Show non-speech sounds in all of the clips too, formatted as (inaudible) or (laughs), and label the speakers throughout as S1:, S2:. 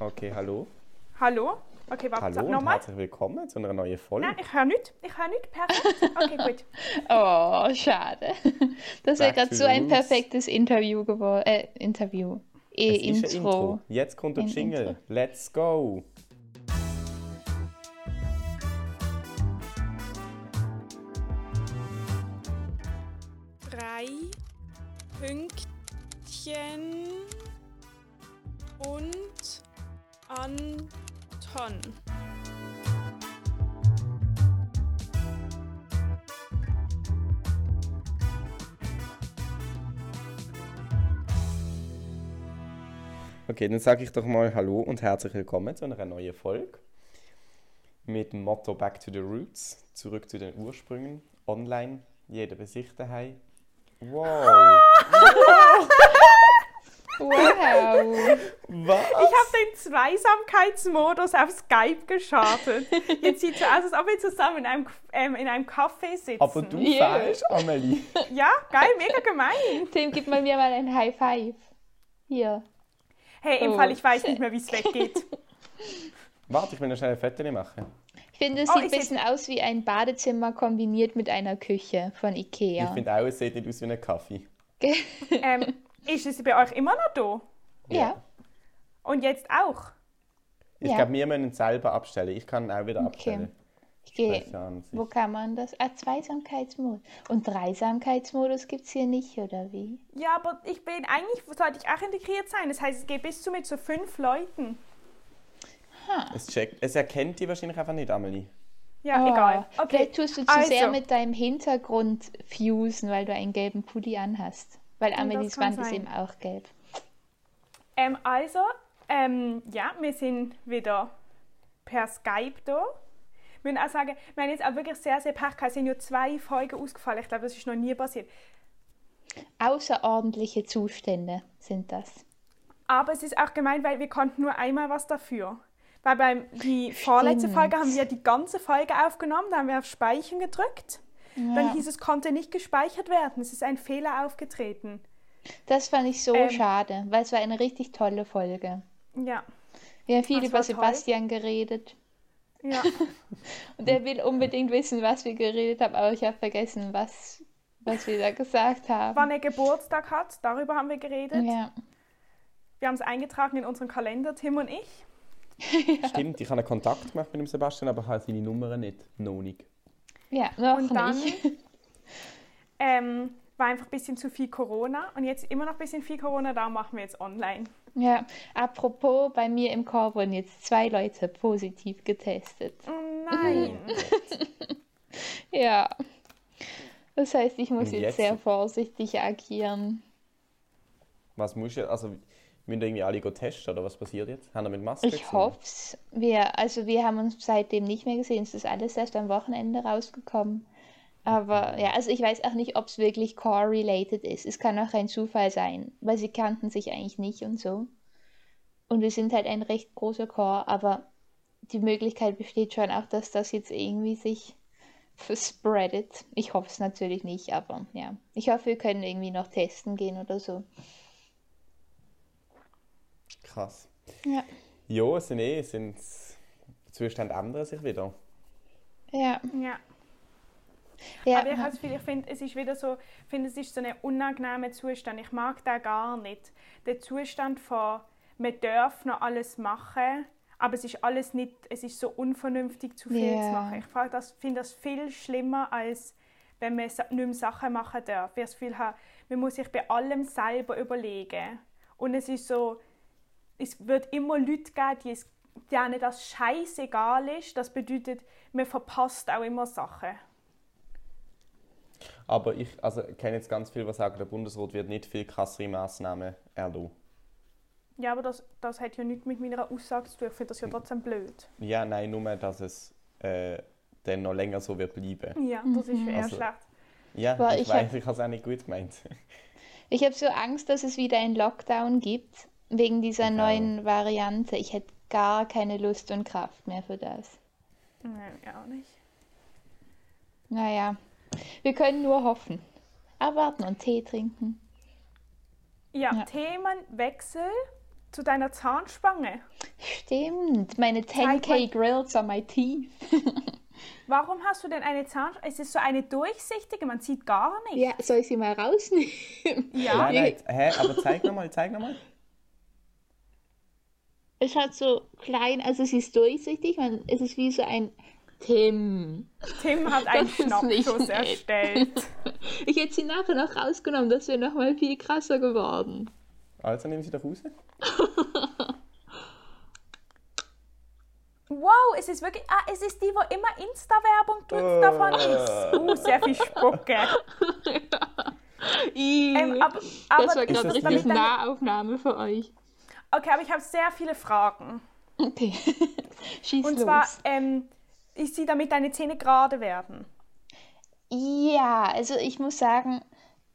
S1: Okay, hallo.
S2: Hallo? Okay, warte,
S1: Hallo
S2: sag
S1: und
S2: nochmal.
S1: herzlich willkommen zu einer neuen Folge.
S2: Nein, ich höre nicht. Ich höre nicht. Perfekt. Okay,
S1: (laughs)
S2: gut.
S3: Oh, schade. (laughs) Das wäre
S1: Back to
S3: gerade so
S1: the
S3: ein
S1: roots.
S3: perfektes Interview geworden. Äh, Interview. Eh,
S1: Es ist ein
S3: Intro.
S1: Jetzt kommt der
S3: Ein
S1: Jingle.
S3: Intro.
S1: Let's go.
S4: drei Pünktchen und Anton.
S1: Okay, dann sage ich doch mal Hallo und herzlich willkommen zu einer neuen Folge. Mit dem Motto Back to the Roots, zurück zu den Ursprüngen, online, jeder besichtet hei. Wow!
S3: Wow.
S1: Was?
S2: Ich habe den Zweisamkeitsmodus auf Skype geschaltet. Jetzt sieht es so aus, als ob wir zusammen in einem, ähm, in einem Café sitzen.
S1: Aber du
S3: Yeah.
S1: fehlst, Amelie.
S2: Ja, geil, mega gemein.
S3: Tim, gib mal mir mal ein High Five. Hier.
S2: Hey, im
S3: Oh.
S2: Fall, ich weiß nicht mehr, wie es weggeht.
S1: Warte, ich will noch schnell ein Foto machen.
S3: Ich finde, es
S2: Oh,
S3: sieht ein
S2: ich seh-
S3: bisschen aus wie ein Badezimmer kombiniert mit einer Küche von
S1: Ich
S3: Ikea.
S1: finde auch, es sieht nicht aus wie ein Kaffee.
S2: Ähm, ist es bei euch immer noch da?
S3: ja.
S2: Und jetzt auch?
S1: Ich
S3: Ja.
S1: glaube, wir müssen ihn selber abstellen. Ich kann ihn auch wieder abstellen.
S3: Ich
S1: Okay.
S3: gehe. Äh, Wo kann man das? Ah, Zweisamkeitsmodus. Und Dreisamkeitsmodus gibt es hier nicht, oder wie?
S2: Ja, aber ich bin eigentlich, sollte ich auch integriert sein. Das heißt, es geht bis zu mit so fünf Leuten.
S1: Es, checkt. es erkennt die wahrscheinlich einfach nicht, Amelie.
S2: Ja,
S3: Ah,
S2: egal. Okay.
S3: Vielleicht tust du zu
S2: also.
S3: sehr mit deinem Hintergrund fusen, weil du einen gelben Pulli anhast. Weil Amelies
S2: kann
S3: Wand ist
S2: sein.
S3: eben auch gelb.
S2: Ähm, also, ähm, ja, wir sind wieder per Skype da. Ich muss auch sagen, wir haben jetzt auch wirklich sehr, sehr Pech gehabt. Es sind nur zwei Folgen ausgefallen. Ich glaube, das ist noch nie passiert.
S3: Außerordentliche Zustände sind das.
S2: Aber es ist auch gemein, weil wir konnten nur einmal was dafür. Weil beim die vorletzte Folge haben wir die ganze Folge aufgenommen, da haben wir auf Speichern gedrückt. Dann hieß es, konnte nicht gespeichert werden. Es ist ein Fehler aufgetreten.
S3: Das fand ich so
S2: Ähm.
S3: schade, weil es war eine richtig tolle Folge.
S2: Ja,
S3: Wir haben viel
S2: Das
S3: über
S2: war toll.
S3: Sebastian geredet.
S2: ja.
S3: Und er will unbedingt wissen, was wir geredet haben, aber ich habe vergessen, was, was wir da gesagt
S2: (laughs)
S3: haben.
S2: Wann er Geburtstag hat, darüber haben wir geredet.
S3: Ja.
S2: Wir haben es eingetragen in unseren Kalender, Tim und ich.
S1: Stimmt, ich habe einen Kontakt gemacht mit dem Sebastian, aber habe seine Nummer nicht. Noch nicht.
S3: ja, noch
S2: Und dann
S3: nicht.
S2: ähm, war einfach ein bisschen zu viel Corona und jetzt immer noch ein bisschen viel Corona, da machen wir jetzt online.
S3: Ja, apropos, bei mir im Chor wurden jetzt zwei Leute positiv getestet.
S2: Oh nein.
S3: Ja. Das heißt, ich muss
S1: Und
S3: jetzt
S1: jetzt?
S3: sehr vorsichtig agieren.
S1: Was musst du jetzt? Also, müssen irgendwie alle go testen oder was passiert jetzt? Haben wir mit Maske
S3: Ich
S1: gesehen?
S3: hoff's. Wir, also wir haben uns seitdem nicht mehr gesehen. Es ist alles erst am Wochenende rausgekommen. Aber ja, also ich weiß auch nicht, ob es wirklich core-related ist. Es kann auch ein Zufall sein, weil sie kannten sich eigentlich nicht und so. Und wir sind halt ein recht großer Chor, aber die Möglichkeit besteht schon auch, dass das jetzt irgendwie sich verspreadet. Ich hoffe es natürlich nicht, aber ja. Ich hoffe, wir können irgendwie noch testen gehen oder so.
S1: Krass.
S3: Ja.
S1: Ja, es sind eh, es sind die Zustände ändern sich wieder.
S3: Ja.
S2: Ja.
S3: Ja.
S2: Aber ich, habe das Gefühl, ich finde, es ist wieder so, ich finde, es ist so ein unangenehmer Zustand. Ich mag den gar nicht. Der Zustand von, man darf noch alles machen, aber es ist alles nicht, es ist so unvernünftig, zu viel
S3: Ja.
S2: zu machen. Ich frage das, finde das viel schlimmer, als wenn man sa- nicht mehr Sachen machen darf. Ich habe das Gefühl, habe, man muss sich bei allem selber überlegen. Und es ist so, es wird immer Leute geben, die es, denen das scheißegal ist. Das bedeutet, man verpasst auch immer Sachen.
S1: Aber ich also, kenne jetzt ganz viel, was sagen, der Bundesrat wird nicht viel krassere Massnahmen erlauben.
S2: Ja, aber das, das hat ja nichts mit meiner Aussage zu tun. Ich finde das ja trotzdem blöd.
S1: Ja, nein, nur, dass es äh, dann noch länger so wird bleiben.
S2: Ja, das ist eher
S1: Also-
S2: schlecht.
S1: Ja,
S3: Boah,
S1: ich,
S3: ich hab-
S1: weiß, ich habe es auch nicht gut gemeint.
S3: Ich habe so Angst, dass es wieder einen Lockdown gibt, wegen dieser
S1: Ich auch.
S3: neuen Variante. Ich hätte gar keine Lust und Kraft mehr für das.
S2: Nein, ja auch nicht.
S3: Naja, wir können nur hoffen. Abwarten und Tee trinken.
S2: Ja,
S3: Ja.
S2: Themenwechsel. zu deiner Zahnspange.
S3: Stimmt, meine
S2: Zeig mal.
S3: 10k Grills are my teeth.
S2: Warum hast du denn eine Zahnspange? Es ist so eine durchsichtige, man sieht gar nichts.
S3: Ja, soll ich sie mal rausnehmen?
S2: Ja.
S1: Nein, nein, hä, aber zeig nochmal, zeig nochmal.
S3: (laughs) Es hat so klein, also sie ist durchsichtig, man, es ist wie so ein Tim.
S2: Tim hat einen
S3: Das ist nicht
S2: Schnappschuss
S3: nett.
S2: erstellt.
S3: Ich hätte sie nachher noch rausgenommen, das wäre nochmal viel krasser geworden.
S1: Also nehmen sie doch raus.
S2: Wow, es ist wirklich. Ah, es ist die, wo immer Insta-Werbung drückt davon ist. Uh, sehr viel
S3: (laughs)
S2: Spucke. Ähm, aber, aber
S3: das war
S1: Ist
S3: gerade
S1: das
S3: richtig
S1: nicht-
S3: Nahaufnahme für euch.
S2: Okay, aber ich habe sehr viele Fragen.
S3: Okay. (laughs) Schieß
S2: Und
S3: los.
S2: zwar, ähm, ist sie, damit deine Zähne gerade werden.
S3: Ja, also ich muss sagen,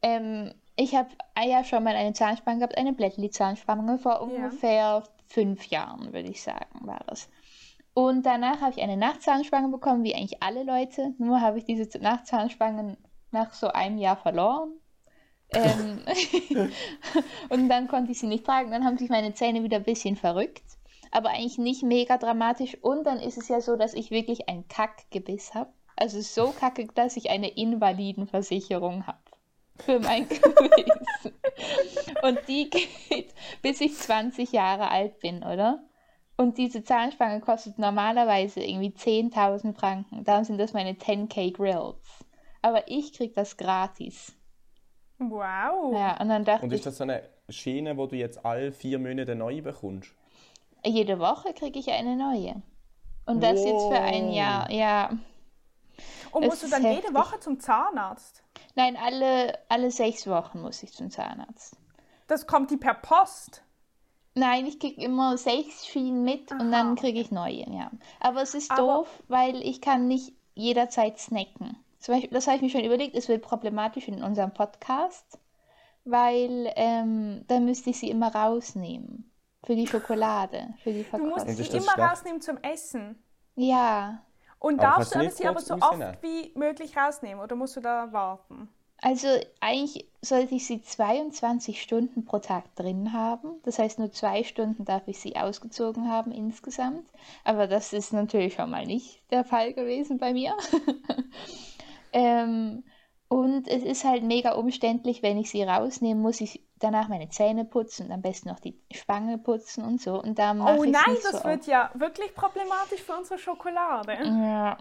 S3: ähm, ich habe ja schon mal eine Zahnspange gehabt, eine Blättli-Zahnspange vor ungefähr fünf Jahren, würde ich sagen, war das. Und danach habe ich eine Nachtzahnspange bekommen, wie eigentlich alle Leute. Nur habe ich diese Z- Nachtzahnspangen nach so einem Jahr verloren. (laughs) Ähm, (laughs) und dann konnte ich sie nicht tragen. Dann haben sich meine Zähne wieder ein bisschen verrückt. Aber eigentlich nicht mega dramatisch. Und dann ist es ja so, dass ich wirklich einen Kackgebiss habe. Also so kacke, dass ich eine Invalidenversicherung habe. Für mein (laughs) Gebiss. und die geht, bis ich 20 Jahre alt bin, oder? Und diese Zahnspange kostet normalerweise irgendwie 10.000 Franken. Darum sind das meine 10k Grills. Aber ich krieg das gratis.
S2: Wow.
S3: Ja, und dann dachte
S1: Und
S3: ich,
S1: ist das so eine Schiene, wo du jetzt alle vier Monate neu bekommst?
S3: jede Woche kriege ich eine neue. Und das jetzt für ein
S1: Wow.
S3: Jahr. Ja.
S2: Und
S3: Es
S2: musst du dann
S3: ist
S2: jede
S3: heftig.
S2: Woche zum Zahnarzt?
S3: Nein, alle, alle sechs Wochen muss ich zum Zahnarzt.
S2: Das kommt die per Post.
S3: Nein, ich kriege immer sechs Schienen mit und
S2: Aha.
S3: dann kriege ich neue, ja. Aber es ist
S2: Aber-
S3: doof, weil ich kann nicht jederzeit snacken. Zum Beispiel, das habe ich mir schon überlegt, es wird problematisch in unserem Podcast, weil ähm, dann müsste ich sie immer rausnehmen. Für die Schokolade, für die
S2: Du musst
S3: Verkostung.
S1: Und
S2: sie
S1: ist das
S2: immer
S1: schlecht?
S2: rausnehmen zum Essen.
S3: Ja,
S2: Und
S1: Aber
S2: darfst
S1: kannst
S2: du
S1: du
S2: aber
S1: nicht
S2: sie aber
S1: kurz
S2: so
S1: rausnehmen?
S2: oft wie möglich rausnehmen oder musst du da warten?
S3: also eigentlich sollte ich sie 22 Stunden pro Tag drin haben. Das heißt, nur zwei Stunden darf ich sie ausgezogen haben insgesamt. Aber das ist natürlich schon mal nicht der Fall gewesen bei mir. (laughs) Ähm, und es ist halt mega umständlich, wenn ich sie rausnehme, muss ich danach meine Zähne putzen und am besten noch die Spange putzen und so. Und da mache
S2: oh
S3: ich's
S2: nein,
S3: nicht so
S2: das
S3: oft. Mhm.
S2: wird ja wirklich problematisch für unsere Schokolade.
S3: Ja,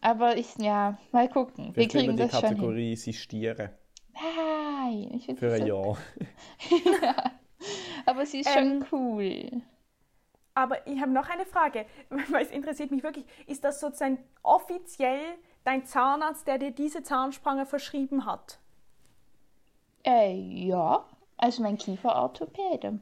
S3: aber ich, ja, mal gucken. Wir
S1: Vielleicht können
S3: kriegen
S1: wir die
S3: das schon hin.
S1: Kategorie sistieren
S3: Nein, ich finde
S1: für
S3: (laughs) das
S1: ein
S3: so
S1: Jahr.
S3: Aber sie ist
S2: Ähm,
S3: schon cool.
S2: Aber ich habe noch eine Frage, (laughs) weil es interessiert mich wirklich. Ist das sozusagen offiziell dein Zahnarzt, der dir diese Zahnspange verschrieben hat?
S3: Äh, ja, also mein Kieferorthopäde.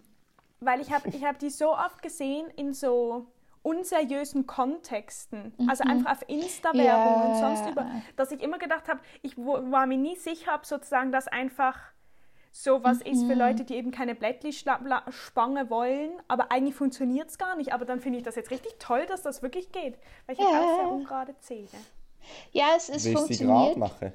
S2: Weil ich habe ich hab die so oft gesehen in so unseriösen Kontexten. Also einfach auf Insta-Werbung und sonst
S3: Mhm. Ja.
S2: über, dass ich immer gedacht habe, ich wo- war mir nie sicher, ob sozusagen das einfach sowas ist
S3: Mhm.
S2: für Leute, die eben keine Blättli-Spange wollen, aber eigentlich funktioniert es gar nicht. Aber dann finde ich das jetzt richtig toll, dass das wirklich geht. Weil ich habe auch
S3: Ja.
S2: sehr ungerade Zähne.
S3: Ja, es ist
S1: Willst du sie
S3: funktioniert.
S1: gerade machen?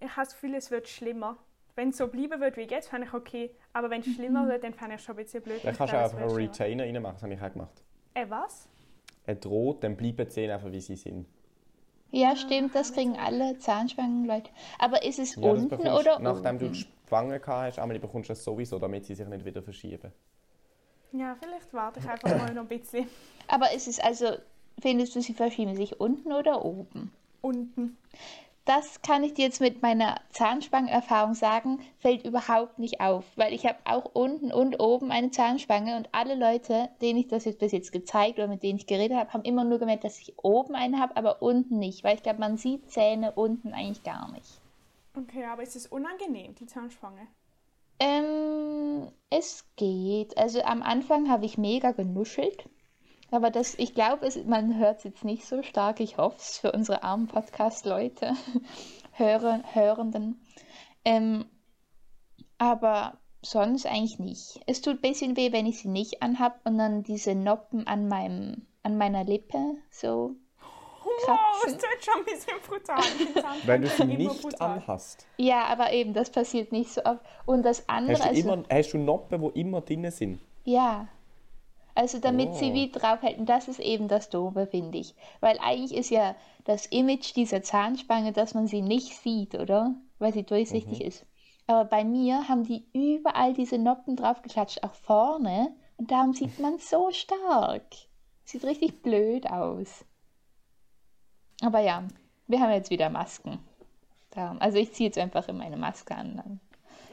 S2: Ich habe das Gefühl, es wird schlimmer. Wenn es so bleiben wird wie jetzt, fände ich okay. Aber
S3: Mhm.
S2: wenn es schlimmer wird, dann fände ich schon ein bisschen blöd.
S1: Dann
S2: Ich
S1: kannst du
S2: glaube,
S1: auch
S2: es
S1: einfach
S2: wird
S1: einen
S2: schlimmer.
S1: Retainer reinmachen, das habe ich auch gemacht.
S2: Äh, was?
S1: Er droht, dann bleiben die Zähne einfach, wie sie sind.
S3: Ja, stimmt, das kriegen alle Zahnspangenleute. Aber ist es
S1: Ja, das
S3: unten
S1: bekommst-
S3: oder
S1: Nachdem du
S3: oben?
S1: die Spange gehabt hast, Amelie, bekommst du das sowieso, damit sie sich nicht wieder verschieben.
S2: Ja, vielleicht warte ich einfach mal noch ein bisschen
S3: Aber ist es also, findest du, sie verschieben sich unten oder oben?
S2: unten.
S3: Das kann ich dir jetzt mit meiner Zahnspangenerfahrung sagen, fällt überhaupt nicht auf, weil ich habe auch unten und oben eine Zahnspange und alle Leute, denen ich das jetzt bis jetzt gezeigt oder mit denen ich geredet habe, haben immer nur gemerkt, dass ich oben eine habe, aber unten nicht, weil ich glaube, man sieht Zähne unten eigentlich gar nicht.
S2: Okay, aber es ist unangenehm, die Zahnspange.
S3: Ähm, es geht. Also am Anfang habe ich mega genuschelt. Aber das, ich glaube, es- man hört es jetzt nicht so stark. Ich hoffe es für unsere armen Podcast-Leute, (laughs) Hörer, Hörenden. Ähm, aber sonst eigentlich nicht. Es tut ein bisschen weh, wenn ich sie nicht anhab und dann diese Noppen an meinem, an meiner Lippe so.
S2: Wow,
S3: kratzen.
S2: es tut schon ein bisschen brutal. Ich
S3: (laughs)
S2: find's einfach
S1: Wenn du sie
S2: immer
S1: nicht
S2: brutal.
S1: anhast,
S3: Ja, aber eben, das passiert nicht so oft. Und das andere,
S1: hast du,
S3: also,
S1: immer, hast du Noppen, die immer drin sind.
S3: ja. Also damit sie
S1: Oh.
S3: wie draufhalten, das ist eben das Doofe, finde ich. Weil eigentlich ist ja das Image dieser Zahnspange, dass man sie nicht sieht, oder? Weil sie durchsichtig ist. Aber bei mir haben die überall diese Noppen draufgeklatscht, auch vorne. Und darum sieht man so stark. Sieht richtig blöd aus. Aber ja, wir haben jetzt wieder Masken. Darum. Also ich ziehe jetzt einfach immer eine Maske an. Dann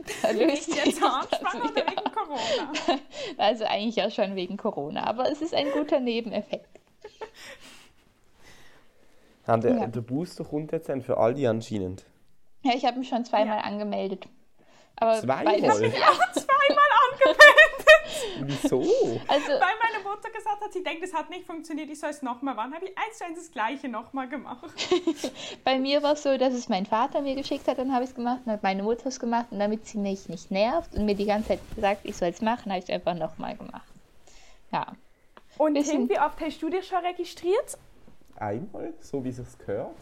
S3: verlöst
S2: Wegen der
S3: sich das (laughs)
S2: Zahnspange oder
S3: wieder.
S2: wegen Corona?
S3: Also eigentlich ja schon wegen Corona, aber es ist ein guter Nebeneffekt.
S1: Ah, der,
S3: Ja.
S1: der Booster kommt jetzt dann für Aldi anscheinend.
S3: Ja, ich habe mich schon zweimal angemeldet. Aber beides-
S1: Zweimal?
S2: Ich habe zweimal angemeldet,
S1: Wieso?
S3: (laughs) Also,
S2: weil meine Mutter gesagt hat, sie denkt, es hat nicht funktioniert, ich soll es nochmal machen. Habe ich eins zu eins das Gleiche nochmal gemacht.
S3: Bei mir war es so, dass es mein Vater mir geschickt hat, dann habe ich es gemacht, dann hat meine Mutter es gemacht und damit sie mich nicht nervt und mir die ganze Zeit sagt, ich soll es machen, habe ich es einfach nochmal gemacht. Ja.
S2: Und
S3: Wir
S2: Tim,
S3: sind-
S2: wie oft hast du dich schon registriert?
S1: Einmal, so wie es sich gehört.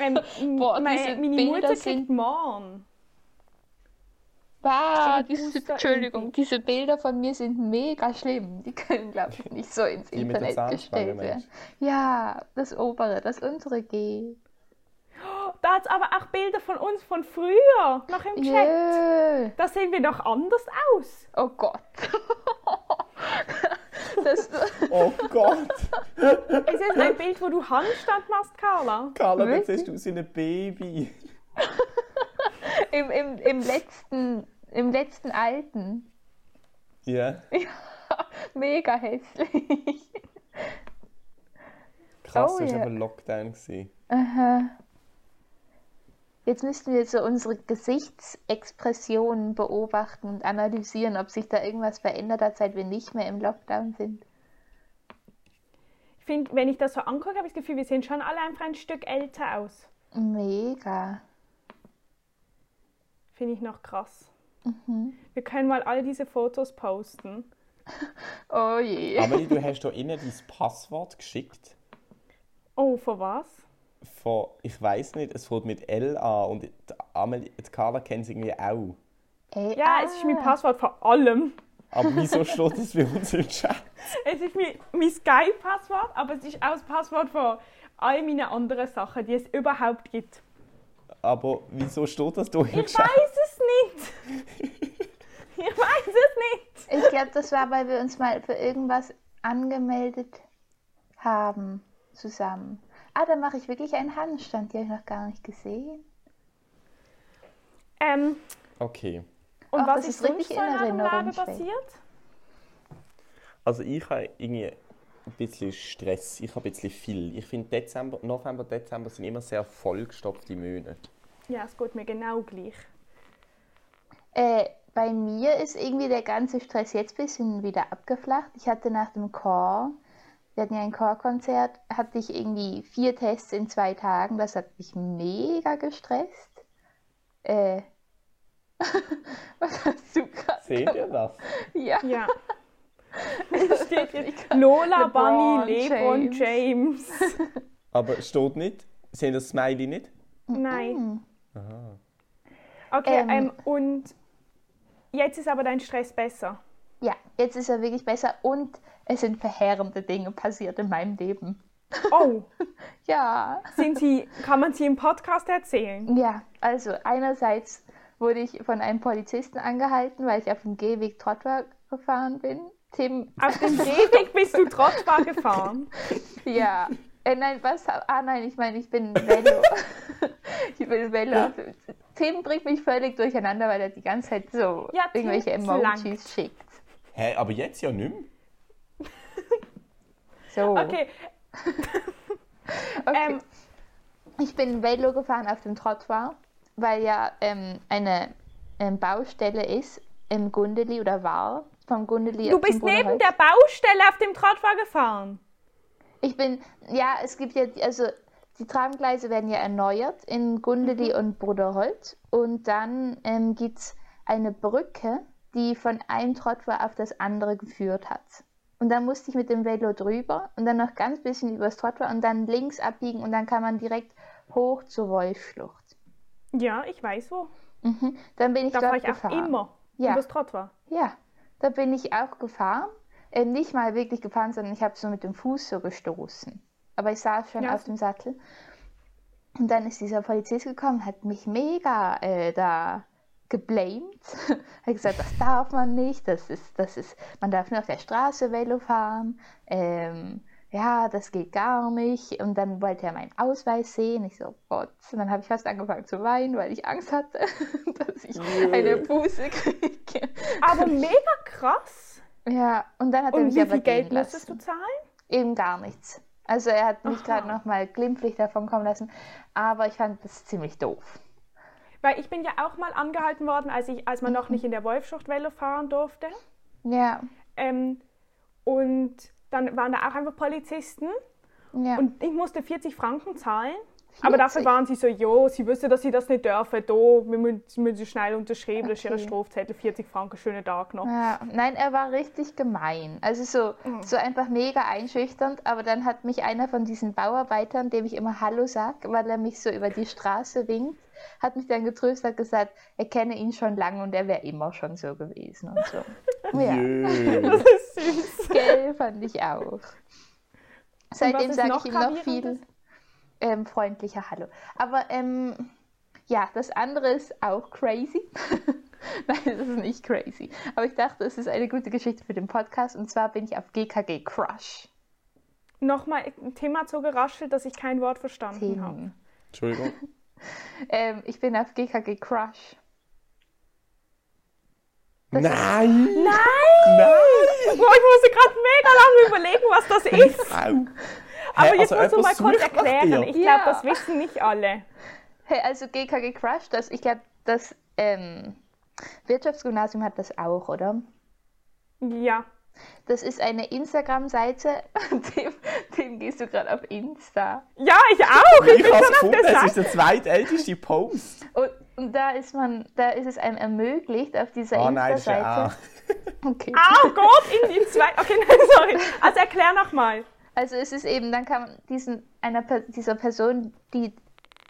S2: Ähm,
S3: Boah,
S2: meine meine
S3: diese Bilder
S2: Mutter
S3: sind-
S2: kriegt morgen.
S3: Bah,
S2: Stimmt,
S3: diese,
S2: Booster
S3: Entschuldigung, diese Bilder von mir sind mega schlimm. Die können, glaube ich, nicht so ins
S1: Die mit der
S3: Internet
S1: Zahnspange,
S3: gestellt werden.
S1: meinst
S3: Ja, das obere, das untere G.
S2: Da hat es aber auch Bilder von uns von früher noch im Chat.
S3: Jö.
S2: Da sehen wir doch anders aus.
S3: Oh Gott. (laughs) das,
S1: Oh Gott!
S2: Es ist ein Bild, wo du Handstand machst, Carla.
S1: Carla, jetzt
S3: Wirklich?
S1: siehst du aus wie ein Baby.
S3: im, im, im, letzten, Im letzten alten.
S1: Ja,
S3: Mega hässlich.
S1: krass,
S3: Oh
S1: das
S3: ja.
S1: war aber Lockdown. Gewesen.
S3: Jetzt müssten wir so unsere Gesichtsexpressionen beobachten und analysieren, ob sich da irgendwas verändert hat, seit wir nicht mehr im Lockdown sind.
S2: Ich finde, wenn ich das so angucke, habe ich das Gefühl, wir sehen schon alle einfach ein Stück älter aus.
S3: Mega.
S2: Finde ich noch krass.
S3: Mhm.
S2: Wir können mal all diese Fotos posten.
S3: Oh je.
S1: Amelie, du hast da innen dein Passwort geschickt.
S2: Oh, für was?
S1: Von, ich weiß nicht, es fängt mit L an und die Amelie, die Carla kennt es irgendwie auch.
S3: Ey,
S2: Ja,
S3: ah.
S2: es ist mein Passwort vor allem.
S1: Aber (laughs) wieso steht das bei uns im Chat?
S2: Es ist mein, mein Skype-Passwort, aber es ist auch das Passwort von all meinen anderen Sachen, die es überhaupt gibt.
S1: Aber wieso steht das da im
S2: Ich
S1: Chat?
S2: weiß es
S3: (laughs)
S2: nicht. Ich weiß es nicht.
S3: Ich glaube, das war, weil wir uns mal für irgendwas angemeldet haben zusammen. Ah, da mache ich wirklich einen Handstand, die habe ich noch gar nicht gesehen.
S2: Ähm,
S1: Okay.
S2: und
S3: Ach,
S2: was
S3: das
S2: ist
S3: ist richtig
S2: sonst so in
S3: in
S2: eurem
S3: Erinnerung
S2: Leben
S3: schwer.
S2: passiert?
S1: Also ich habe irgendwie ein bisschen Stress, ich habe ein bisschen viel. Ich finde Dezember, November, Dezember sind immer sehr vollgestopfte Monate.
S2: Ja, es geht mir genau gleich.
S3: Äh, bei mir ist irgendwie der ganze Stress jetzt ein bisschen wieder abgeflacht. Ich hatte nach dem Chor, wir hatten ja ein Chorkonzert, hatte ich irgendwie vier Tests in zwei Tagen. Das hat mich mega gestresst. Äh, (laughs) was hast du gerade
S1: Seht ihr das?
S3: Ja,
S2: Ja. (laughs) Es steht jetzt Lola,
S3: LeBron
S2: Bunny, Lebron,
S3: James.
S2: James.
S3: (laughs)
S1: Aber steht nicht? Sehen das Smiley nicht?
S2: Nein. Ah. Okay,
S3: Ähm.
S2: ähm. und jetzt ist aber dein Stress besser.
S3: ja, jetzt ist er wirklich besser und es sind verheerende Dinge passiert in meinem Leben.
S2: Oh,
S3: Ja.
S2: sind sie, kann man sie im Podcast erzählen?
S3: Ja, also einerseits wurde ich von einem Polizisten angehalten, weil ich auf dem Gehweg Trottwar gefahren bin. Tim,
S2: Auf dem Gehweg bist du Trottbar gefahren.
S3: ja. Äh, nein, was? Ah nein, ich meine, ich
S2: (laughs)
S3: bin Velo. ich bin Velo. auf dem- Tim bringt mich völlig durcheinander, weil er die ganze Zeit so
S2: Ja, Tim
S3: irgendwelche Emojis
S2: flankt.
S3: schickt.
S1: Hä, aber jetzt ja nicht mehr.
S3: So.
S2: Okay,
S3: Oh. Okay.
S2: ähm,
S3: Ich bin Velo gefahren auf dem Trottoir, weil ja ähm, eine ähm, Baustelle ist im Gundeli oder war vom Gundeli
S2: du
S3: zum
S2: bist neben
S3: Brunnenholz.
S2: der Baustelle auf dem Trottbar gefahren.
S3: Ich bin, ja, es gibt ja, also die Tramgleise werden ja erneuert in Gundeli
S2: Mhm.
S3: und Bruderholt. Und dann ähm, gibt es eine Brücke, die von einem Trottoir auf das andere geführt hat. Und dann musste ich mit dem Velo drüber und dann noch ganz bisschen übers Trottoir und dann links abbiegen und dann kann man direkt hoch zur Wolfschlucht.
S2: Ja, ich weiß wo.
S3: Mhm. Dann bin ich
S2: Da
S3: dort
S2: fahre ich auch
S3: gefahren.
S2: immer.
S3: Ja.
S2: Übers Trottoir.
S3: Ja, da bin ich auch gefahren. Äh, nicht mal wirklich gefahren, sondern ich habe so mit dem Fuß so gestoßen. Aber ich saß schon
S2: Ja,
S3: auf dem Sattel. Und dann ist dieser Polizist gekommen, hat mich mega äh, da geblamed. (laughs) hat gesagt, das darf man nicht, das ist, das ist, man darf nur auf der Straße Velo fahren. Ähm, ja, das geht gar nicht. Und dann wollte er meinen Ausweis sehen. Ich so, Gott. Und dann habe ich fast angefangen zu weinen, weil ich Angst hatte, (laughs) dass ich eine Buße (laughs) kriege.
S2: Aber mega krass.
S3: Ja, und dann hat er
S2: Und
S3: mich
S2: wie
S3: aber
S2: viel Geld
S3: gehen
S2: musstest du
S3: lassen.
S2: zahlen?
S3: Eben gar nichts. Also er hat mich gerade
S2: Aha.
S3: nochmal glimpflich davon kommen lassen, aber ich fand das ziemlich doof.
S2: Weil ich bin ja auch mal angehalten worden, als, ich, als man
S3: Mhm.
S2: noch nicht in der Wolfschucht Velo fahren durfte.
S3: Ja,
S2: Ähm, und dann waren da auch einfach Polizisten.
S3: ja.
S2: Und ich musste 40 Franken zahlen. Aber dafür
S3: 40?
S2: waren sie so, jo, sie wissen, dass sie das nicht dürfen. Da, wir müssen, müssen schnell unterschreiben, das ist ihr
S3: Okay.
S2: Strafzettel, 40 Franken, schönen Tag noch.
S3: Ja, nein, er war richtig gemein. Also so,
S2: Mhm.
S3: so einfach mega einschüchternd, aber dann hat mich einer von diesen Bauarbeitern, dem ich immer Hallo sag, weil er mich so über die Straße winkt, hat mich dann getröstet, hat gesagt, er kenne ihn schon lange und er wäre immer schon so gewesen und
S2: (laughs)
S3: so. Ja.
S1: Jö.
S2: (laughs) Das ist süß.
S3: Gell, fand ich
S2: (laughs)
S3: auch. Seitdem
S2: ist
S3: sage
S2: noch
S3: ich ihm noch viel
S2: gravierendes?
S3: ähm, freundlicher Hallo. Aber ähm, ja, das andere ist auch crazy. (laughs) Nein, das ist nicht crazy. Aber ich dachte, es ist eine gute Geschichte für den Podcast. Und zwar bin ich auf GKG Crush.
S2: Nochmal ein Thema so geraschelt, dass ich kein Wort verstanden habe.
S3: Themen.
S1: Entschuldigung.
S3: Ähm, ich bin auf GKG Crush.
S1: Nein!
S2: Nein!
S1: Nein!
S2: Boah, ich musste gerade mega lange überlegen, was das ist.
S1: Au.
S2: Aber
S1: Hä,
S2: jetzt
S1: also
S2: musst du mal
S1: jemand
S2: kurz
S1: sucht nach
S2: erklären.
S1: dir?
S2: Ich glaube,
S3: Ja.
S2: das wissen nicht alle.
S3: Hey, also GKG Crush, das, ich glaube, das ähm, Wirtschaftsgymnasium hat das auch, oder?
S2: Ja.
S3: Das ist eine Instagram-Seite. (laughs) Dem, dem gehst du gerade auf Insta.
S2: Ja, ich auch. Ich,
S1: Ich
S2: bin
S1: hab's
S2: schon auf
S1: gefunden,
S2: der
S1: es ist
S2: Seite.
S1: der zweitälteste Post.
S3: Und, und da ist man, da ist es einem ermöglicht, auf dieser
S1: Oh nein, das ist ja auch.
S3: Insta-Seite. Okay.
S2: Oh Gott, in die zweite. Okay, (laughs) nein, sorry. Also erklär nochmal.
S3: Also es ist eben, dann kann man diesen, einer Per- dieser Person, die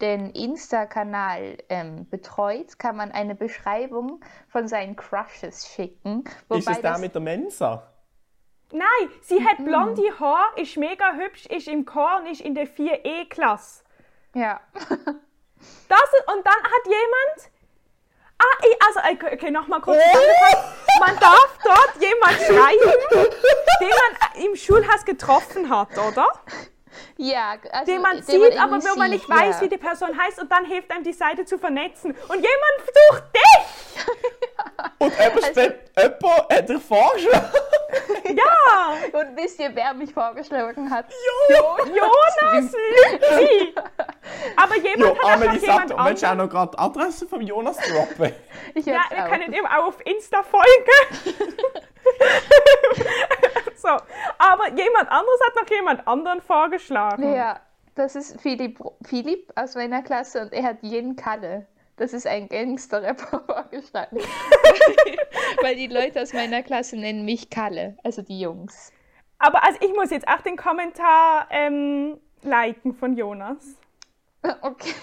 S3: den Insta-Kanal ähm, betreut, kann man eine Beschreibung von seinen Crushes schicken.
S1: Ist es da
S3: das-
S1: mit der Mensa?
S2: Nein, sie
S3: Mhm.
S2: hat blonde Haare, ist mega hübsch, ist im Chor und ist in der 4E-Klasse.
S3: Ja. (laughs)
S2: Das und dann hat jemand. Ah, ich, also, okay, okay nochmal kurz.
S1: Oh.
S2: Man darf dort jemand schreiben, den man im Schulhaus getroffen hat, oder?
S3: ja, also
S2: Den man sieht, aber
S3: irgendwie
S2: wo man nicht
S3: sieht,
S2: weiß,
S3: ja.
S2: wie die Person heißt und dann hilft einem die Seite zu vernetzen. Und jemand sucht dich!
S1: Und jemand, steht- jemand hat dich vorgeschlagen.
S2: Ja!
S3: Und wisst ihr, wer mich vorgeschlagen hat?
S2: Jonas Lüthi! Aber jemand
S1: Ja,
S2: hat
S1: Amelie
S2: einfach jemand
S1: sagt, willst du auch
S2: anderen.
S1: noch gerade die Adresse von Jonas droppen?
S3: Ich
S2: Ja,
S3: hab's
S2: wir
S3: auch.
S2: können ihm auch auf Insta folgen. (laughs) so, aber jemand anderes hat noch jemand anderen vorgeschlagen.
S3: Ja, das ist Philipp, Philipp aus meiner Klasse und er hat Jen Kalle. Das ist ein Gangster-Rapper (laughs) vorgeschlagen. Weil die Leute aus meiner Klasse nennen mich Kalle, also die Jungs.
S2: Aber also ich muss jetzt auch den Kommentar ähm, liken von Jonas.
S3: Okay.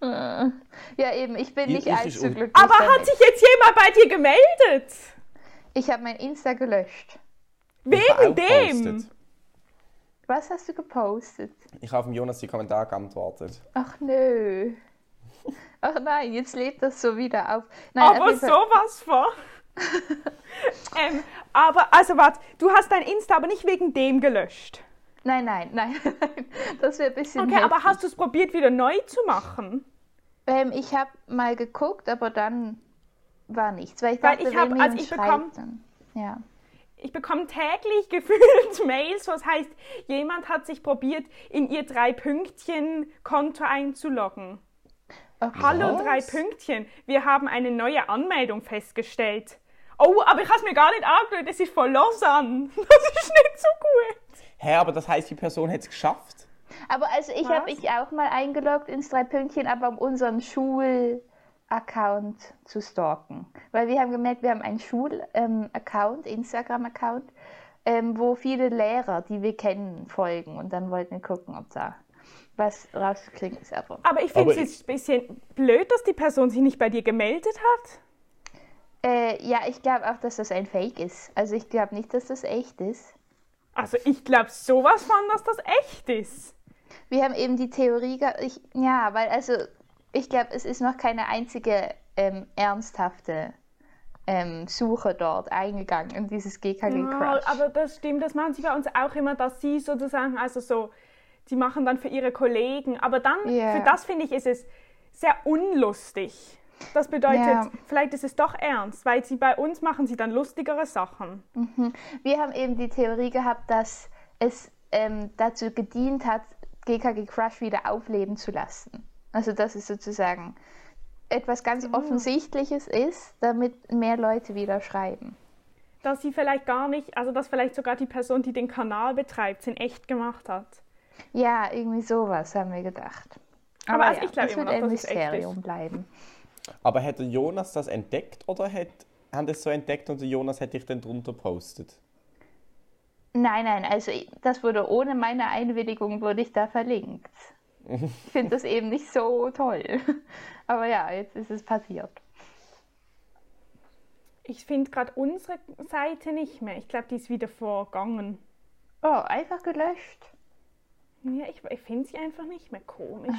S3: (laughs) Ja, eben, ich bin
S1: Ihr
S3: nicht
S1: Ich ist
S3: allzu
S1: un-
S3: glücklich.
S2: Aber hat
S3: damit.
S2: sich jetzt jemand bei dir gemeldet?
S3: Ich habe mein Insta gelöscht.
S1: Ich habe auch
S2: Wegen dem?
S1: gepostet.
S3: Was hast du gepostet?
S1: Ich habe dem Jonas die Kommentare geantwortet.
S3: Ach nö. Ach nein, jetzt lebt das so wieder auf. Nein, auf
S2: Aber
S3: jeden Fall-
S2: sowas von. ähm, aber, also warte, du hast dein Insta aber nicht wegen dem gelöscht.
S3: nein, nein, nein, (laughs) nein. Das wäre ein bisschen
S2: Okay,
S3: heftig.
S2: aber hast du es probiert, wieder neu zu machen?
S3: Ähm, ich habe mal geguckt, aber dann war nichts, weil ich
S2: Weil
S3: dachte,
S2: ich hab-
S3: wenn mir
S2: als
S3: jemand
S2: ich bekam-
S3: schreibt, dann- ja.
S2: Ich bekomme täglich (laughs) gefühlt Mails, was heißt, jemand hat sich probiert, in ihr Drei-Pünktchen-Konto einzuloggen.
S3: Okay.
S2: Hallo, drei Pünktchen. Wir haben eine neue Anmeldung festgestellt. Oh, aber ich habe es mir gar nicht angeschaut. Es ist von Lausanne. (laughs) Das ist nicht so gut.
S1: Hä, aber das heißt, die Person hat es geschafft?
S3: Aber also ich habe
S2: Was?
S3: mich auch mal eingeloggt ins drei Pünktchen, aber um unseren Schul-Account zu stalken, weil wir haben gemerkt, wir haben einen Schul-Account, ähm, Instagram-Account ähm, wo viele Lehrer, die wir kennen, folgen. Und dann wollten wir gucken, ob da was rauszukriegen ist. Aber
S2: Aber ich finde
S1: Aber
S2: es jetzt ein bisschen blöd, dass die Person sich nicht bei dir gemeldet hat.
S3: äh, ja, ich glaube auch, dass das ein Fake ist. Also ich glaube nicht, dass das echt ist.
S2: Also ich glaube sowas von, dass das echt ist.
S3: Wir haben eben die Theorie, ge- ich, ja, weil also ich glaube, es ist noch keine einzige ähm, ernsthafte ähm, Suche dort eingegangen in dieses GKG
S2: Ja,
S3: Crush.
S2: Genau, aber das stimmt, das machen sie bei uns auch immer, dass sie sozusagen, also so, sie machen dann für ihre Kollegen, aber dann,
S3: Ja.
S2: für das finde ich, ist es sehr unlustig. Das bedeutet,
S3: Ja.
S2: vielleicht ist es doch ernst, weil sie bei uns machen sie dann lustigere Sachen.
S3: Wir haben eben die Theorie gehabt, dass es ähm, dazu gedient hat, GKG Crush wieder aufleben zu lassen. Also dass es sozusagen etwas ganz Offensichtliches ist, damit mehr Leute wieder schreiben.
S2: Dass sie vielleicht gar nicht, also dass vielleicht sogar die Person, die den Kanal betreibt, es in echt gemacht hat.
S3: Ja, irgendwie sowas haben wir gedacht.
S2: Aber also ich glaube
S3: es
S2: immer
S3: wird
S2: noch,
S3: ein
S2: dass es echt ist.
S3: Mysterium bleiben.
S1: Aber hat der Jonas das entdeckt oder hat, haben das so entdeckt und der Jonas hat dich dann drunter postet?
S3: Nein, nein, also ich- das wurde ohne meine Einwilligung, wurde ich da verlinkt. Ich finde das eben nicht so toll. (laughs) Aber ja, jetzt ist es passiert.
S2: Ich finde gerade unsere Seite nicht mehr. Ich glaube, die ist wieder vorgangen.
S3: Oh, einfach gelöscht.
S2: Ja, ich, ich finde sie einfach nicht mehr komisch.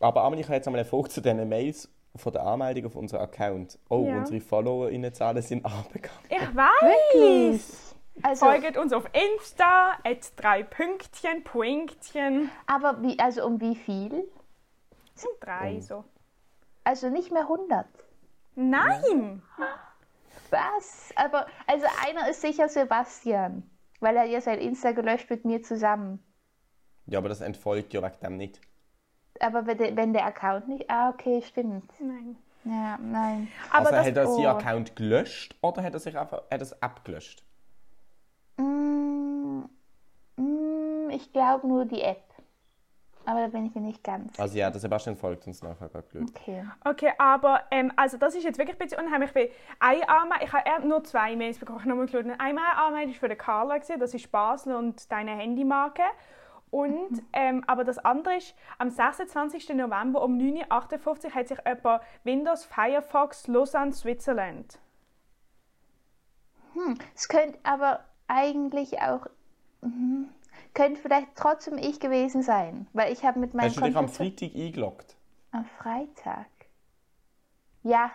S1: Aber Amelie, ich habe jetzt einmal eine Frage zu diesen Mails von der Anmeldung auf unseren Account. Oh,
S2: Ja.
S1: unsere FollowerInnenzahlen sind (laughs) abgegangen.
S2: Ich weiß!
S3: Also,
S2: Folget uns auf Insta, at drei Pünktchen, Pünktchen.
S3: aber wie, also um wie viel?
S2: Sind drei so.
S3: Also nicht mehr 100.
S2: Nein!
S3: Was? Aber, also einer ist sicher Sebastian, weil er ja sein Insta gelöscht mit mir zusammen.
S1: Ja, aber das entfolgt ja wegen dem nicht.
S3: Aber wenn der, wenn der Account nicht. Ah, okay, stimmt.
S2: Nein.
S3: Ja, nein.
S2: Aber
S1: also hat
S2: das,
S1: er seinen
S3: oh.
S1: Account gelöscht oder hat er sich einfach hat er es abgelöscht?
S3: Mm, mm, ich glaube nur die App. Aber da bin ich mir nicht ganz.
S1: Also ja, der Sebastian folgt uns nachher gerade gelöscht.
S3: Okay.
S2: okay, aber ähm, also das ist jetzt wirklich ein bisschen unheimlich, weil eine Anmeldung, ich habe eher nur zwei Mails bekommen, ich habe nochmal geschaut. Einmal eine Anmeldung war von der Carla, gewesen, das ist Basel und deine Handymarke. Und, ähm, aber das andere ist, am 26. November um 9.58 Uhr hat sich jemand Windows Firefox Lausanne, Switzerland.
S3: Es könnte aber eigentlich auch. Mhm. könnte vielleicht trotzdem ich gewesen sein, weil ich habe mit meinem
S1: Hast du dich am
S3: Computer-
S1: Freitag eingeloggt?
S3: am Freitag. Ja.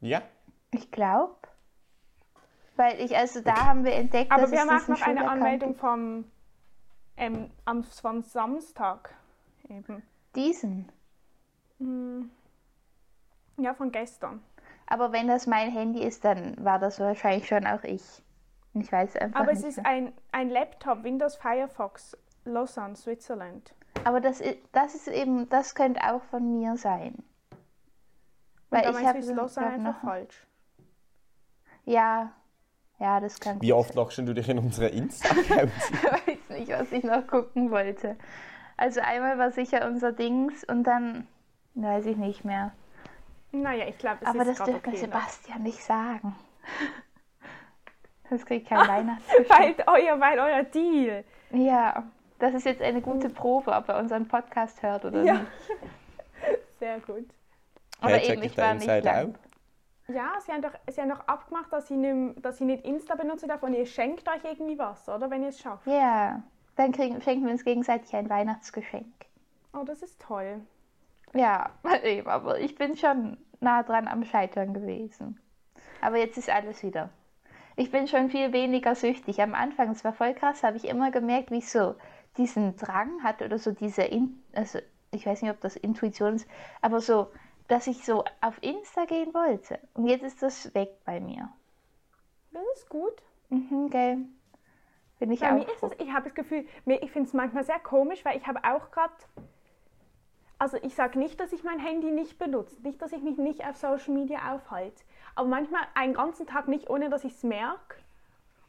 S1: Ja.
S3: Ich glaube. Weil ich, also da haben wir entdeckt,
S2: Aber
S3: dass
S2: wir
S3: es
S2: haben auch
S3: diesen
S2: noch eine
S3: Schulaccount
S2: Anmeldung
S3: gibt.
S2: vom, ähm, am, vom Samstag. Eben.
S3: Diesen.
S2: Ja, von gestern.
S3: Aber wenn das mein Handy ist, dann war das wahrscheinlich schon auch ich. Ich weiß einfach
S2: Aber es
S3: nicht
S2: ist
S3: mehr.
S2: ein, ein Laptop, Windows Firefox, Lausanne, Switzerland.
S3: Aber das ist, das ist eben, das könnte auch von mir sein.
S2: Und
S3: Weil
S2: da
S3: Äh, ich
S2: meinst
S3: habe
S2: du, ist Lausanne
S3: glaub,
S2: einfach
S3: noch,
S2: falsch.
S3: ja, ja, das kann.
S1: Wie oft loggst du dich in unsere Insta-Accounts?
S3: (laughs) Ich weiß nicht, was ich noch gucken wollte. Also einmal war sicher unser Dings und dann weiß ich nicht mehr.
S2: Naja, ich glaube, es
S3: Aber
S2: ist
S3: das
S2: gerade
S3: dürfte
S2: okay. ne?
S3: Sebastian nicht sagen. (laughs) Das kriegt
S2: (laughs)
S3: kein Weihnachtsgeschenk.
S2: Weil euer, weil euer Deal.
S3: Ja, das ist jetzt eine gute Probe, ob er unseren Podcast hört oder
S2: Ja. (laughs)
S3: nicht.
S2: Sehr gut.
S3: (laughs) Aber
S1: Hey,
S3: eben,
S1: check
S3: ich
S1: den
S3: war nicht
S1: Insider
S3: lang.
S1: auch.
S2: Ja, sie haben doch, sie haben doch abgemacht, dass sie, nicht, dass sie nicht Insta benutzen darf und ihr schenkt euch irgendwie was, oder? Wenn ihr es schafft.
S3: Ja, dann kriegen, schenken wir uns gegenseitig ein Weihnachtsgeschenk.
S2: Oh, das ist toll.
S3: Ja, (laughs) eben, aber ich bin schon nah dran am Scheitern gewesen. Aber jetzt ist alles wieder. Ich bin schon viel weniger süchtig. Am Anfang, es war voll krass, habe ich immer gemerkt, wie ich so diesen Drang hatte oder so diese, In also ich weiß nicht, ob das Intuition ist, aber so, dass ich so auf Insta gehen wollte. Und jetzt ist das weg bei mir.
S2: Das ist gut.
S3: Mhm, gell. Bin ich
S2: Bei
S3: auch
S2: mir ist
S3: froh.
S2: es, ich habe das Gefühl, mir, ich finde es manchmal sehr komisch, weil ich habe auch gerade, also ich sage nicht, dass ich mein Handy nicht benutze, nicht, dass ich mich nicht auf Social Media aufhalte, aber manchmal einen ganzen Tag nicht, ohne dass ich es merke.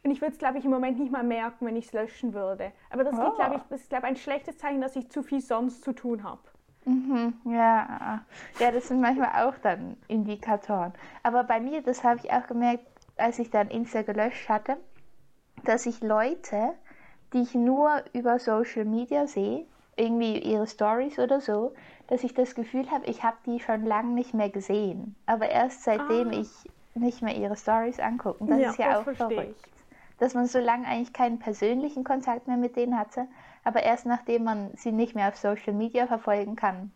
S2: Und ich würde es, glaube ich, im Moment nicht mal merken, wenn ich es löschen würde. Aber das, liegt,
S3: Ah.
S2: glaube ich, das ist, glaube ich, ein schlechtes Zeichen, dass ich zu viel sonst zu tun habe.
S3: Mhm, ja. ja, das sind manchmal auch dann Indikatoren. Aber bei mir, das habe ich auch gemerkt, als ich dann Insta gelöscht hatte, dass ich Leute, die ich nur über Social Media sehe, irgendwie ihre Stories oder so, dass ich das Gefühl habe, ich habe die schon lange nicht mehr gesehen. Aber erst seitdem ich nicht mehr ihre Stories angucke. Und das
S2: Ah. Ja,
S3: ist ja
S2: das
S3: auch
S2: verstehe ich.
S3: verrückt. Dass man so lange eigentlich keinen persönlichen Kontakt mehr mit denen hatte, aber erst nachdem man sie nicht mehr auf Social Media verfolgen kann,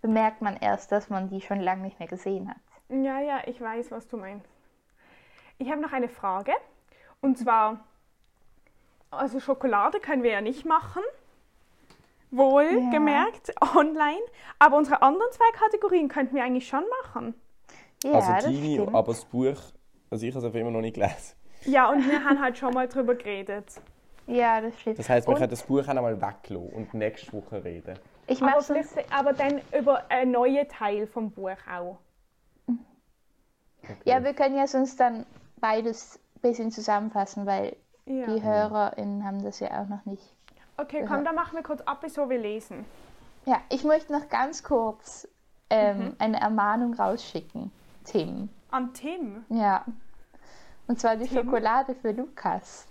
S3: bemerkt man erst, dass man die schon lange nicht mehr gesehen hat.
S2: Ja, ja, ich weiß, was du meinst. Ich habe noch eine Frage. Und zwar, also Schokolade können wir ja nicht machen. Wohlgemerkt, online. Aber unsere anderen zwei Kategorien könnten wir eigentlich schon machen.
S3: Ja,
S1: also
S3: das
S1: deine,
S3: stimmt.
S1: aber das Buch, also ich habe es einfach immer noch nicht gelesen.
S2: Ja, und wir haben halt schon mal drüber geredet.
S3: Ja, das stimmt.
S1: Das heisst, wir
S3: Und
S1: können das Buch auch noch mal weglassen und nächste Woche
S3: (laughs)
S1: reden.
S3: ich
S2: Aber,
S3: mache
S2: vielleicht,
S3: sonst,
S2: aber dann über einen neuen Teil vom Buch auch.
S3: ja, wir können ja sonst dann beides ein bisschen zusammenfassen, weil
S2: Ja.
S3: die
S1: Mhm.
S3: HörerInnen haben das ja auch noch nicht.
S2: Okay, komm, dann machen wir kurz ab, wieso wir lesen.
S3: Ja, ich möchte noch ganz kurz ähm,
S2: Mhm.
S3: eine Ermahnung rausschicken, Tim.
S2: An Tim.
S3: Ja. Und zwar die Schokolade für Lukas.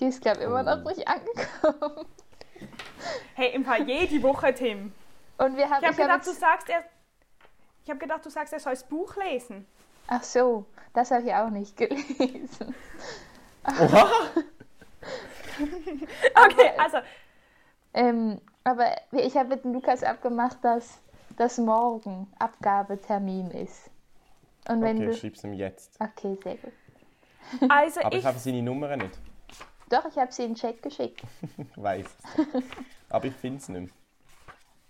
S3: Die ist, glaube ich, immer noch nicht angekommen.
S2: Hey, im Fall jede Woche Tim.
S3: Und wir haben.
S2: Ich habe
S3: ich hab
S2: gedacht, du
S3: jetzt-
S2: sagst, er. Ich habe gedacht, du sagst, er soll das Buch lesen.
S3: ach so, das habe ich auch nicht gelesen.
S2: (laughs) Okay,
S3: Äh,
S2: also
S3: Ähm, aber ich habe mit dem Lukas abgemacht, dass das morgen Abgabetermin ist. Und wenn
S1: Okay,
S3: du.
S1: schreib es ihm jetzt.
S3: Okay, sehr gut.
S2: Also
S1: (laughs) Aber ich,
S2: ich,
S1: habe seine Nummer nicht.
S3: Doch, ich habe sie in den Chat geschickt.
S1: Ich weiß es.
S2: (laughs)
S1: Aber ich finde es nicht mehr.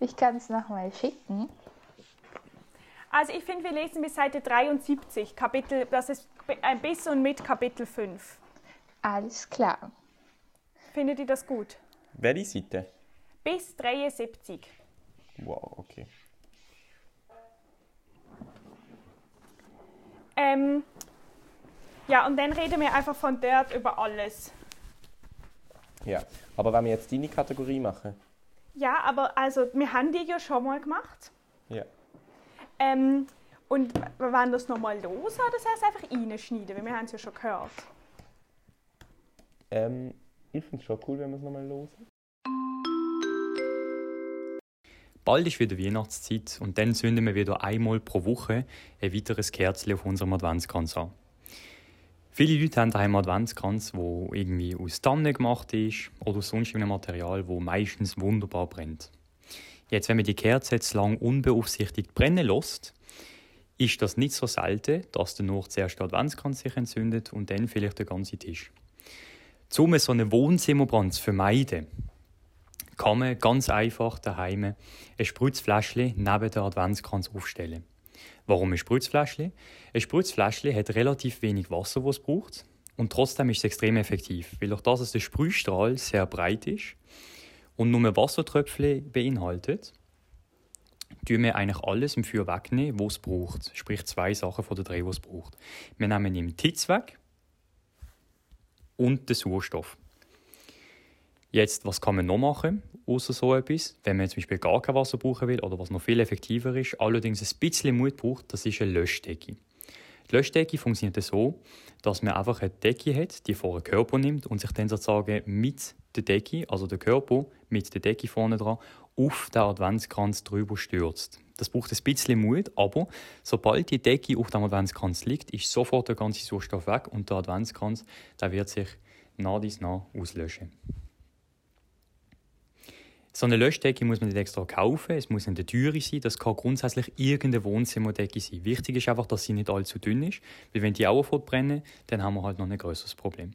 S3: Ich kann es nochmal schicken.
S2: also ich finde, wir lesen bis Seite 73, Kapitel, das ist bi- ein bisschen mit Kapitel 5.
S3: Alles klar.
S2: Findet ihr das gut?
S1: Welche Seite?
S2: Bis 73.
S1: Wow, okay.
S2: Ähm, ja, und dann reden wir einfach von dort über alles.
S1: Ja. Aber wenn wir jetzt deine Kategorie machen?
S2: Ja, aber also, wir haben die ja schon mal gemacht.
S1: Ja.
S2: Ähm, und w- wenn das nochmal los hat, das heißt einfach reinschneiden, weil wir haben es ja schon gehört.
S1: Ähm, ich finde es schon cool, wenn wir es nochmal losen.
S5: Bald ist wieder Weihnachtszeit und dann zünden wir wieder einmal pro Woche ein weiteres Kerzchen auf unserem Adventskranz an. Viele Leute haben daheim einen Adventskranz, der irgendwie aus Tanne gemacht ist oder sonst einem Material, wo meistens wunderbar brennt. Jetzt, wenn man die Kerze jetzt lang unbeaufsichtigt brennen lässt, ist das nicht so selten, dass danach zuerst der Adventskranz sich entzündet und dann vielleicht der ganze Tisch. Um so einen Wohnzimmerbrand zu vermeiden, kann man ganz einfach daheim ein Spritzfläschchen neben den Adventskranz aufstellen. Warum ein Spritzfläschchen? Ein Spritzfläschchen hat relativ wenig Wasser, das es braucht. Und trotzdem ist es extrem effektiv, weil auch das, dass der Sprühstrahl sehr breit ist und nur Wassertröpfchen beinhaltet, tun wir eigentlich alles im Feuer wegnehmen, was es braucht. Sprich zwei Sachen von den drei, die es braucht. Wir nehmen den Titz weg und den Sauerstoff. Jetzt, was kann man noch machen, außer so etwas? Wenn man zum Beispiel gar kein Wasser brauchen will oder was noch viel effektiver ist, allerdings ein bisschen Mut braucht, das ist eine Löschdecke. Die Löschdecke funktioniert so, dass man einfach eine Decke hat, die vor den Körper nimmt und sich dann sozusagen mit der Decke, also der Körper mit der Decke vorne dran, auf den Adventskranz drüber stürzt. Das braucht ein bisschen Mut, aber sobald die Decke auf dem Adventskranz liegt, ist sofort der ganze Sauerstoff weg und der Adventskranz der wird sich nach dies nach auslöschen. So eine Löschdecke muss man nicht extra kaufen, es muss nicht eine teure sein, das kann grundsätzlich irgendeine Wohnzimmerdecke sein. Wichtig ist einfach, dass sie nicht allzu dünn ist, weil wenn die auch fortbrennen, dann haben wir halt noch ein größeres Problem.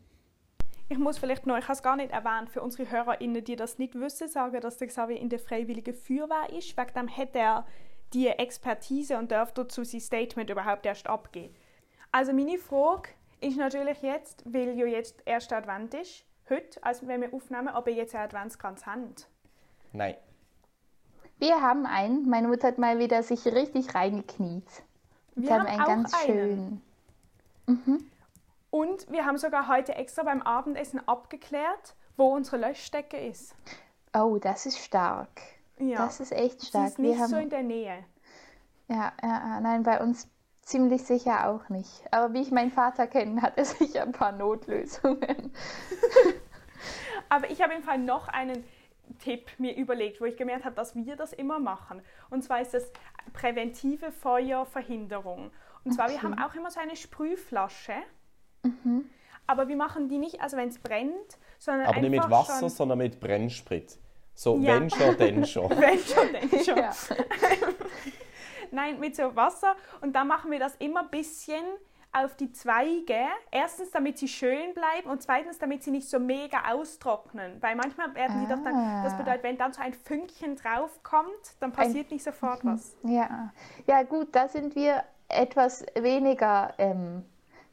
S2: Ich muss vielleicht noch, ich habe es gar nicht erwähnt, für unsere HörerInnen, die das nicht wissen, sagen, dass der Xavier in der Freiwilligen Feuerwehr ist. Wegen dem hat er die Expertise und darf dazu sein Statement überhaupt erst abgeben. Also meine Frage ist natürlich jetzt, weil ja jetzt erst Advent ist, heute, also wenn wir aufnehmen, ob ihr jetzt einen Adventskranz habt.
S1: Nein.
S3: Wir haben einen. Meine Mutter hat mal wieder sich richtig reingekniet.
S2: Wir
S3: haben einen ganz
S2: einen.
S3: schönen.
S2: Und wir haben sogar heute extra beim Abendessen abgeklärt, wo unsere Löschdecke ist.
S3: Oh, das ist stark.
S2: Ja.
S3: Das ist echt
S2: Es
S3: stark.
S2: ist nicht
S3: Wir haben,
S2: so in der Nähe.
S3: ja, ja, ja, nein, bei uns ziemlich sicher auch nicht. Aber wie ich meinen Vater kenne, hat er (laughs) sicher ein paar Notlösungen.
S2: Aber ich habe im Fall noch einen Tipp mir überlegt, wo ich gemerkt habe, dass wir das immer machen. Und zwar ist das präventive Feuerverhinderung. Und zwar, wir haben auch immer so eine Sprühflasche. Aber wir machen die nicht, also wenn es brennt, sondern
S1: Aber
S2: einfach
S1: nicht mit Wasser,
S2: schon,
S1: sondern mit Brennsprit. So,
S2: Ja.
S1: wenn schon, dann schon.
S2: (laughs) wenn schon, denn schon.
S3: Ja.
S2: Nein, mit so Wasser. Und dann machen wir das immer ein bisschen auf die Zweige. Erstens, damit sie schön bleiben und zweitens, damit sie nicht so mega austrocknen. Weil manchmal werden die doch dann, das
S3: Ah.
S2: bedeutet, wenn dann so ein Fünkchen draufkommt, dann passiert nicht sofort
S3: Hm.
S2: was.
S3: Ja, ja gut, da sind wir etwas weniger ähm,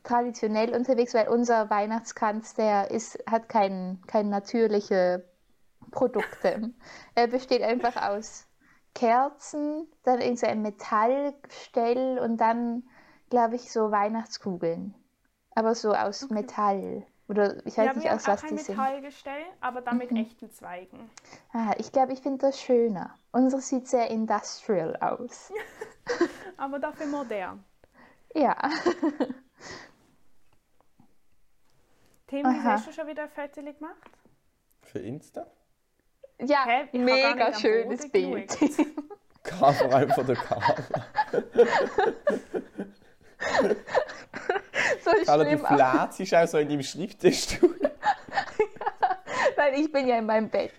S3: traditionell unterwegs, weil unser Weihnachtskranz, der ist, hat kein, kein natürliche
S2: (laughs)
S3: Produkte. Er besteht einfach aus Kerzen, dann irgendein Metallgestell und dann, glaube ich, so Weihnachtskugeln. Aber so aus Metall. Oder ich weiß
S2: Ja,
S3: nicht,
S2: wir haben
S3: aus was Mhm.
S2: auch ein
S3: die sind.
S2: Metallgestell, aber dann mit echten Zweigen.
S3: Ah, ich glaube, ich finde das schöner. Unseres sieht sehr industrial aus.
S2: Aber dafür modern.
S3: Ja.
S2: Tim, wieso
S3: Aha.
S2: hast du schon wieder ein Foto gemacht?
S1: Für Insta?
S3: Ja,
S2: Hä? Ich hab gar nicht
S3: mega
S2: am
S3: schönes
S2: Boden
S3: Bild.
S1: Cover einfach der Cover.
S3: (laughs) so
S1: Carla, du
S3: schlimm auch,
S1: flätst auch so in deinem Schreibtischstuhl. (laughs)
S3: weil ich bin ja in meinem Bett.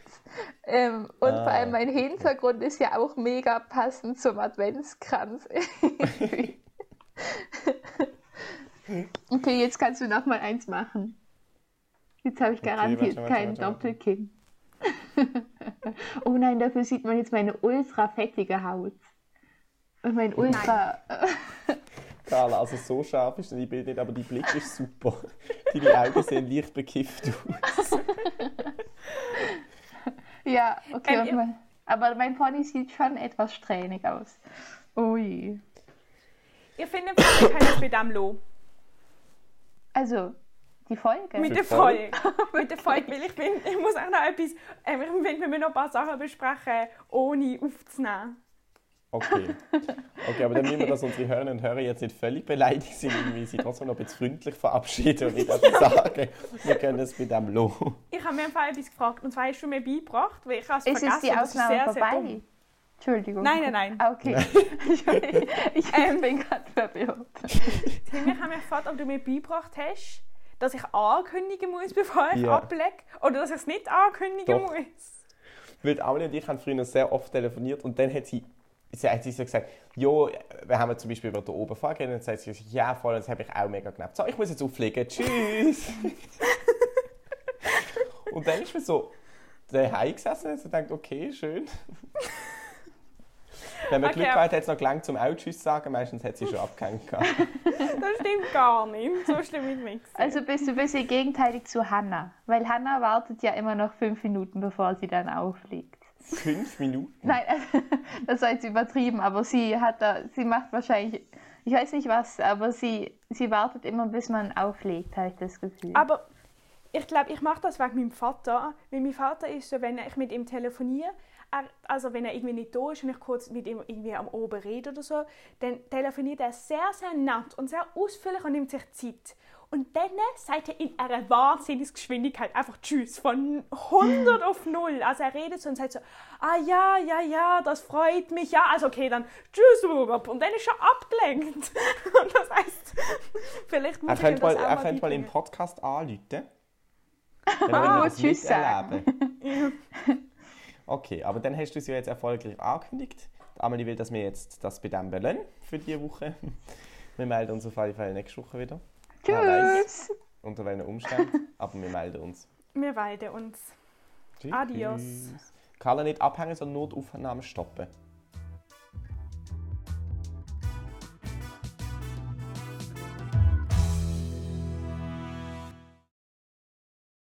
S3: Ähm, und
S1: Ah,
S3: vor allem mein Hintergrund ist ja auch mega passend
S1: (laughs)
S3: zum Adventskranz. okay, jetzt kannst du noch mal eins machen. Jetzt habe ich
S1: Okay,
S3: garantiert
S1: warte, warte,
S3: kein
S1: warte, warte.
S3: Doppelkinn. (laughs) oh nein, dafür sieht man jetzt meine ultra fettige Haut. Und mein ultra...
S1: Carla, also so scharf ist dein Bild nicht, aber dein Blick ist super.
S2: (laughs)
S1: Deine Augen sehen leicht bekifft aus.
S3: Ja, okay.
S2: Ähm,
S3: und
S2: ihr-
S3: mein, aber mein Pony sieht schon etwas strähnig aus. Ui.
S2: Ihr findet bestimmt keines mit am Loh.
S3: Also, die Folge.
S2: Mit
S1: Für
S2: der Folge. (laughs) Mit der Folge, weil ich finde, ich muss auch noch etwas, ähm, ich finde, wir müssen noch ein paar Sachen besprechen, ohne aufzunehmen.
S1: Okay. Okay, aber dann müssen wir, dass unsere Hörerinnen und Hörer jetzt nicht völlig beleidigt sind, weil sie trotzdem noch ein bisschen freundlich verabschieden und nicht einfach sagen, wir können es mit dem Lohn.
S2: Ich habe mir im Fall etwas gefragt, und zwar hast du mir beigebracht, weil ich habe es
S3: es
S2: vergessen.
S3: ist die
S2: und das ist
S3: Ausnahme
S2: sehr, sehr
S3: vorbei.
S2: dumm.
S3: Entschuldigung.
S2: Nein, nein, Ähm. nein.
S3: Ah, okay. (laughs)
S2: (laughs)
S3: ich ich bin gerade verwirrt.
S2: Tim, ich habe mich gefragt, ob du mir beigebracht hast, dass ich ankündigen muss, (laughs) bevor ich
S1: Ja.
S2: ablege, oder dass ich es nicht ankündigen
S1: Doch.
S2: muss.
S1: Weil die Amelie und ich haben früher sehr oft telefoniert und dann hat sie, sie, hat sie so gesagt, jo, wir haben zum Beispiel über den Oberfall geredet und dann hat sie gesagt, ja voll, das habe ich auch mega genervt. So, ich muss jetzt auffliegen, tschüss. und dann ist man so daheim gesessen und hat gedacht, okay, schön. Wenn man
S2: Okay,
S1: Glück
S2: aber-
S1: gehabt hat, hat es noch gelangt zum auch Tschüss zu sagen, meistens hat sie schon abgehängt. gehabt.
S2: Das stimmt gar nicht. So schlimm ist
S3: (laughs)
S2: nichts.
S3: Also bist du ein bisschen gegenteilig zu Hannah. Weil Hannah wartet ja immer noch fünf Minuten, bevor sie dann aufliegt.
S1: Fünf Minuten.
S3: Nein, das war jetzt übertrieben, aber sie hat da, sie macht wahrscheinlich, ich weiß nicht was, aber sie, sie wartet immer, bis man auflegt, habe ich das
S1: Mhm.
S3: Gefühl.
S2: Aber ich glaube, ich mache das wegen meinem Vater. Weil mein Vater ist so, wenn ich mit ihm telefoniere, er, also wenn er irgendwie nicht da ist und ich kurz mit ihm irgendwie am Oben rede oder so, dann telefoniert er sehr, sehr nett und sehr ausführlich und nimmt sich Zeit. Und dann sagt er in einer Wahnsinnsgeschwindigkeit einfach Tschüss, von 100 auf 0. Also er redet so und sagt so, ah ja, ja, ja, das freut mich, ja, also okay, dann Tschüss, und dann ist er abgelenkt. (laughs) Und das heißt, (laughs) vielleicht
S1: Er
S2: muss ich ihm
S1: könnte mal,
S2: das auch
S1: er
S2: mal
S1: könnte mal im
S2: beibringen.
S1: Podcast anrufen. Dann würden
S2: (laughs)
S1: wir das
S3: tschüss sagen.
S1: miterleben. Okay, aber dann hast du es ja jetzt erfolgreich angekündigt. Die Amelie will, dass wir jetzt das bei dem belohnen für diese Woche. (laughs) Wir melden uns auf alle Fälle nächste Woche wieder. Wer weiß,
S3: Tschüss.
S1: unter welchen
S2: (laughs)
S1: Umständen, aber wir melden uns.
S2: Wir weiden uns. Adios.
S1: Tschüss. Carla nicht abhängen, sondern nur die Aufnahme stoppen.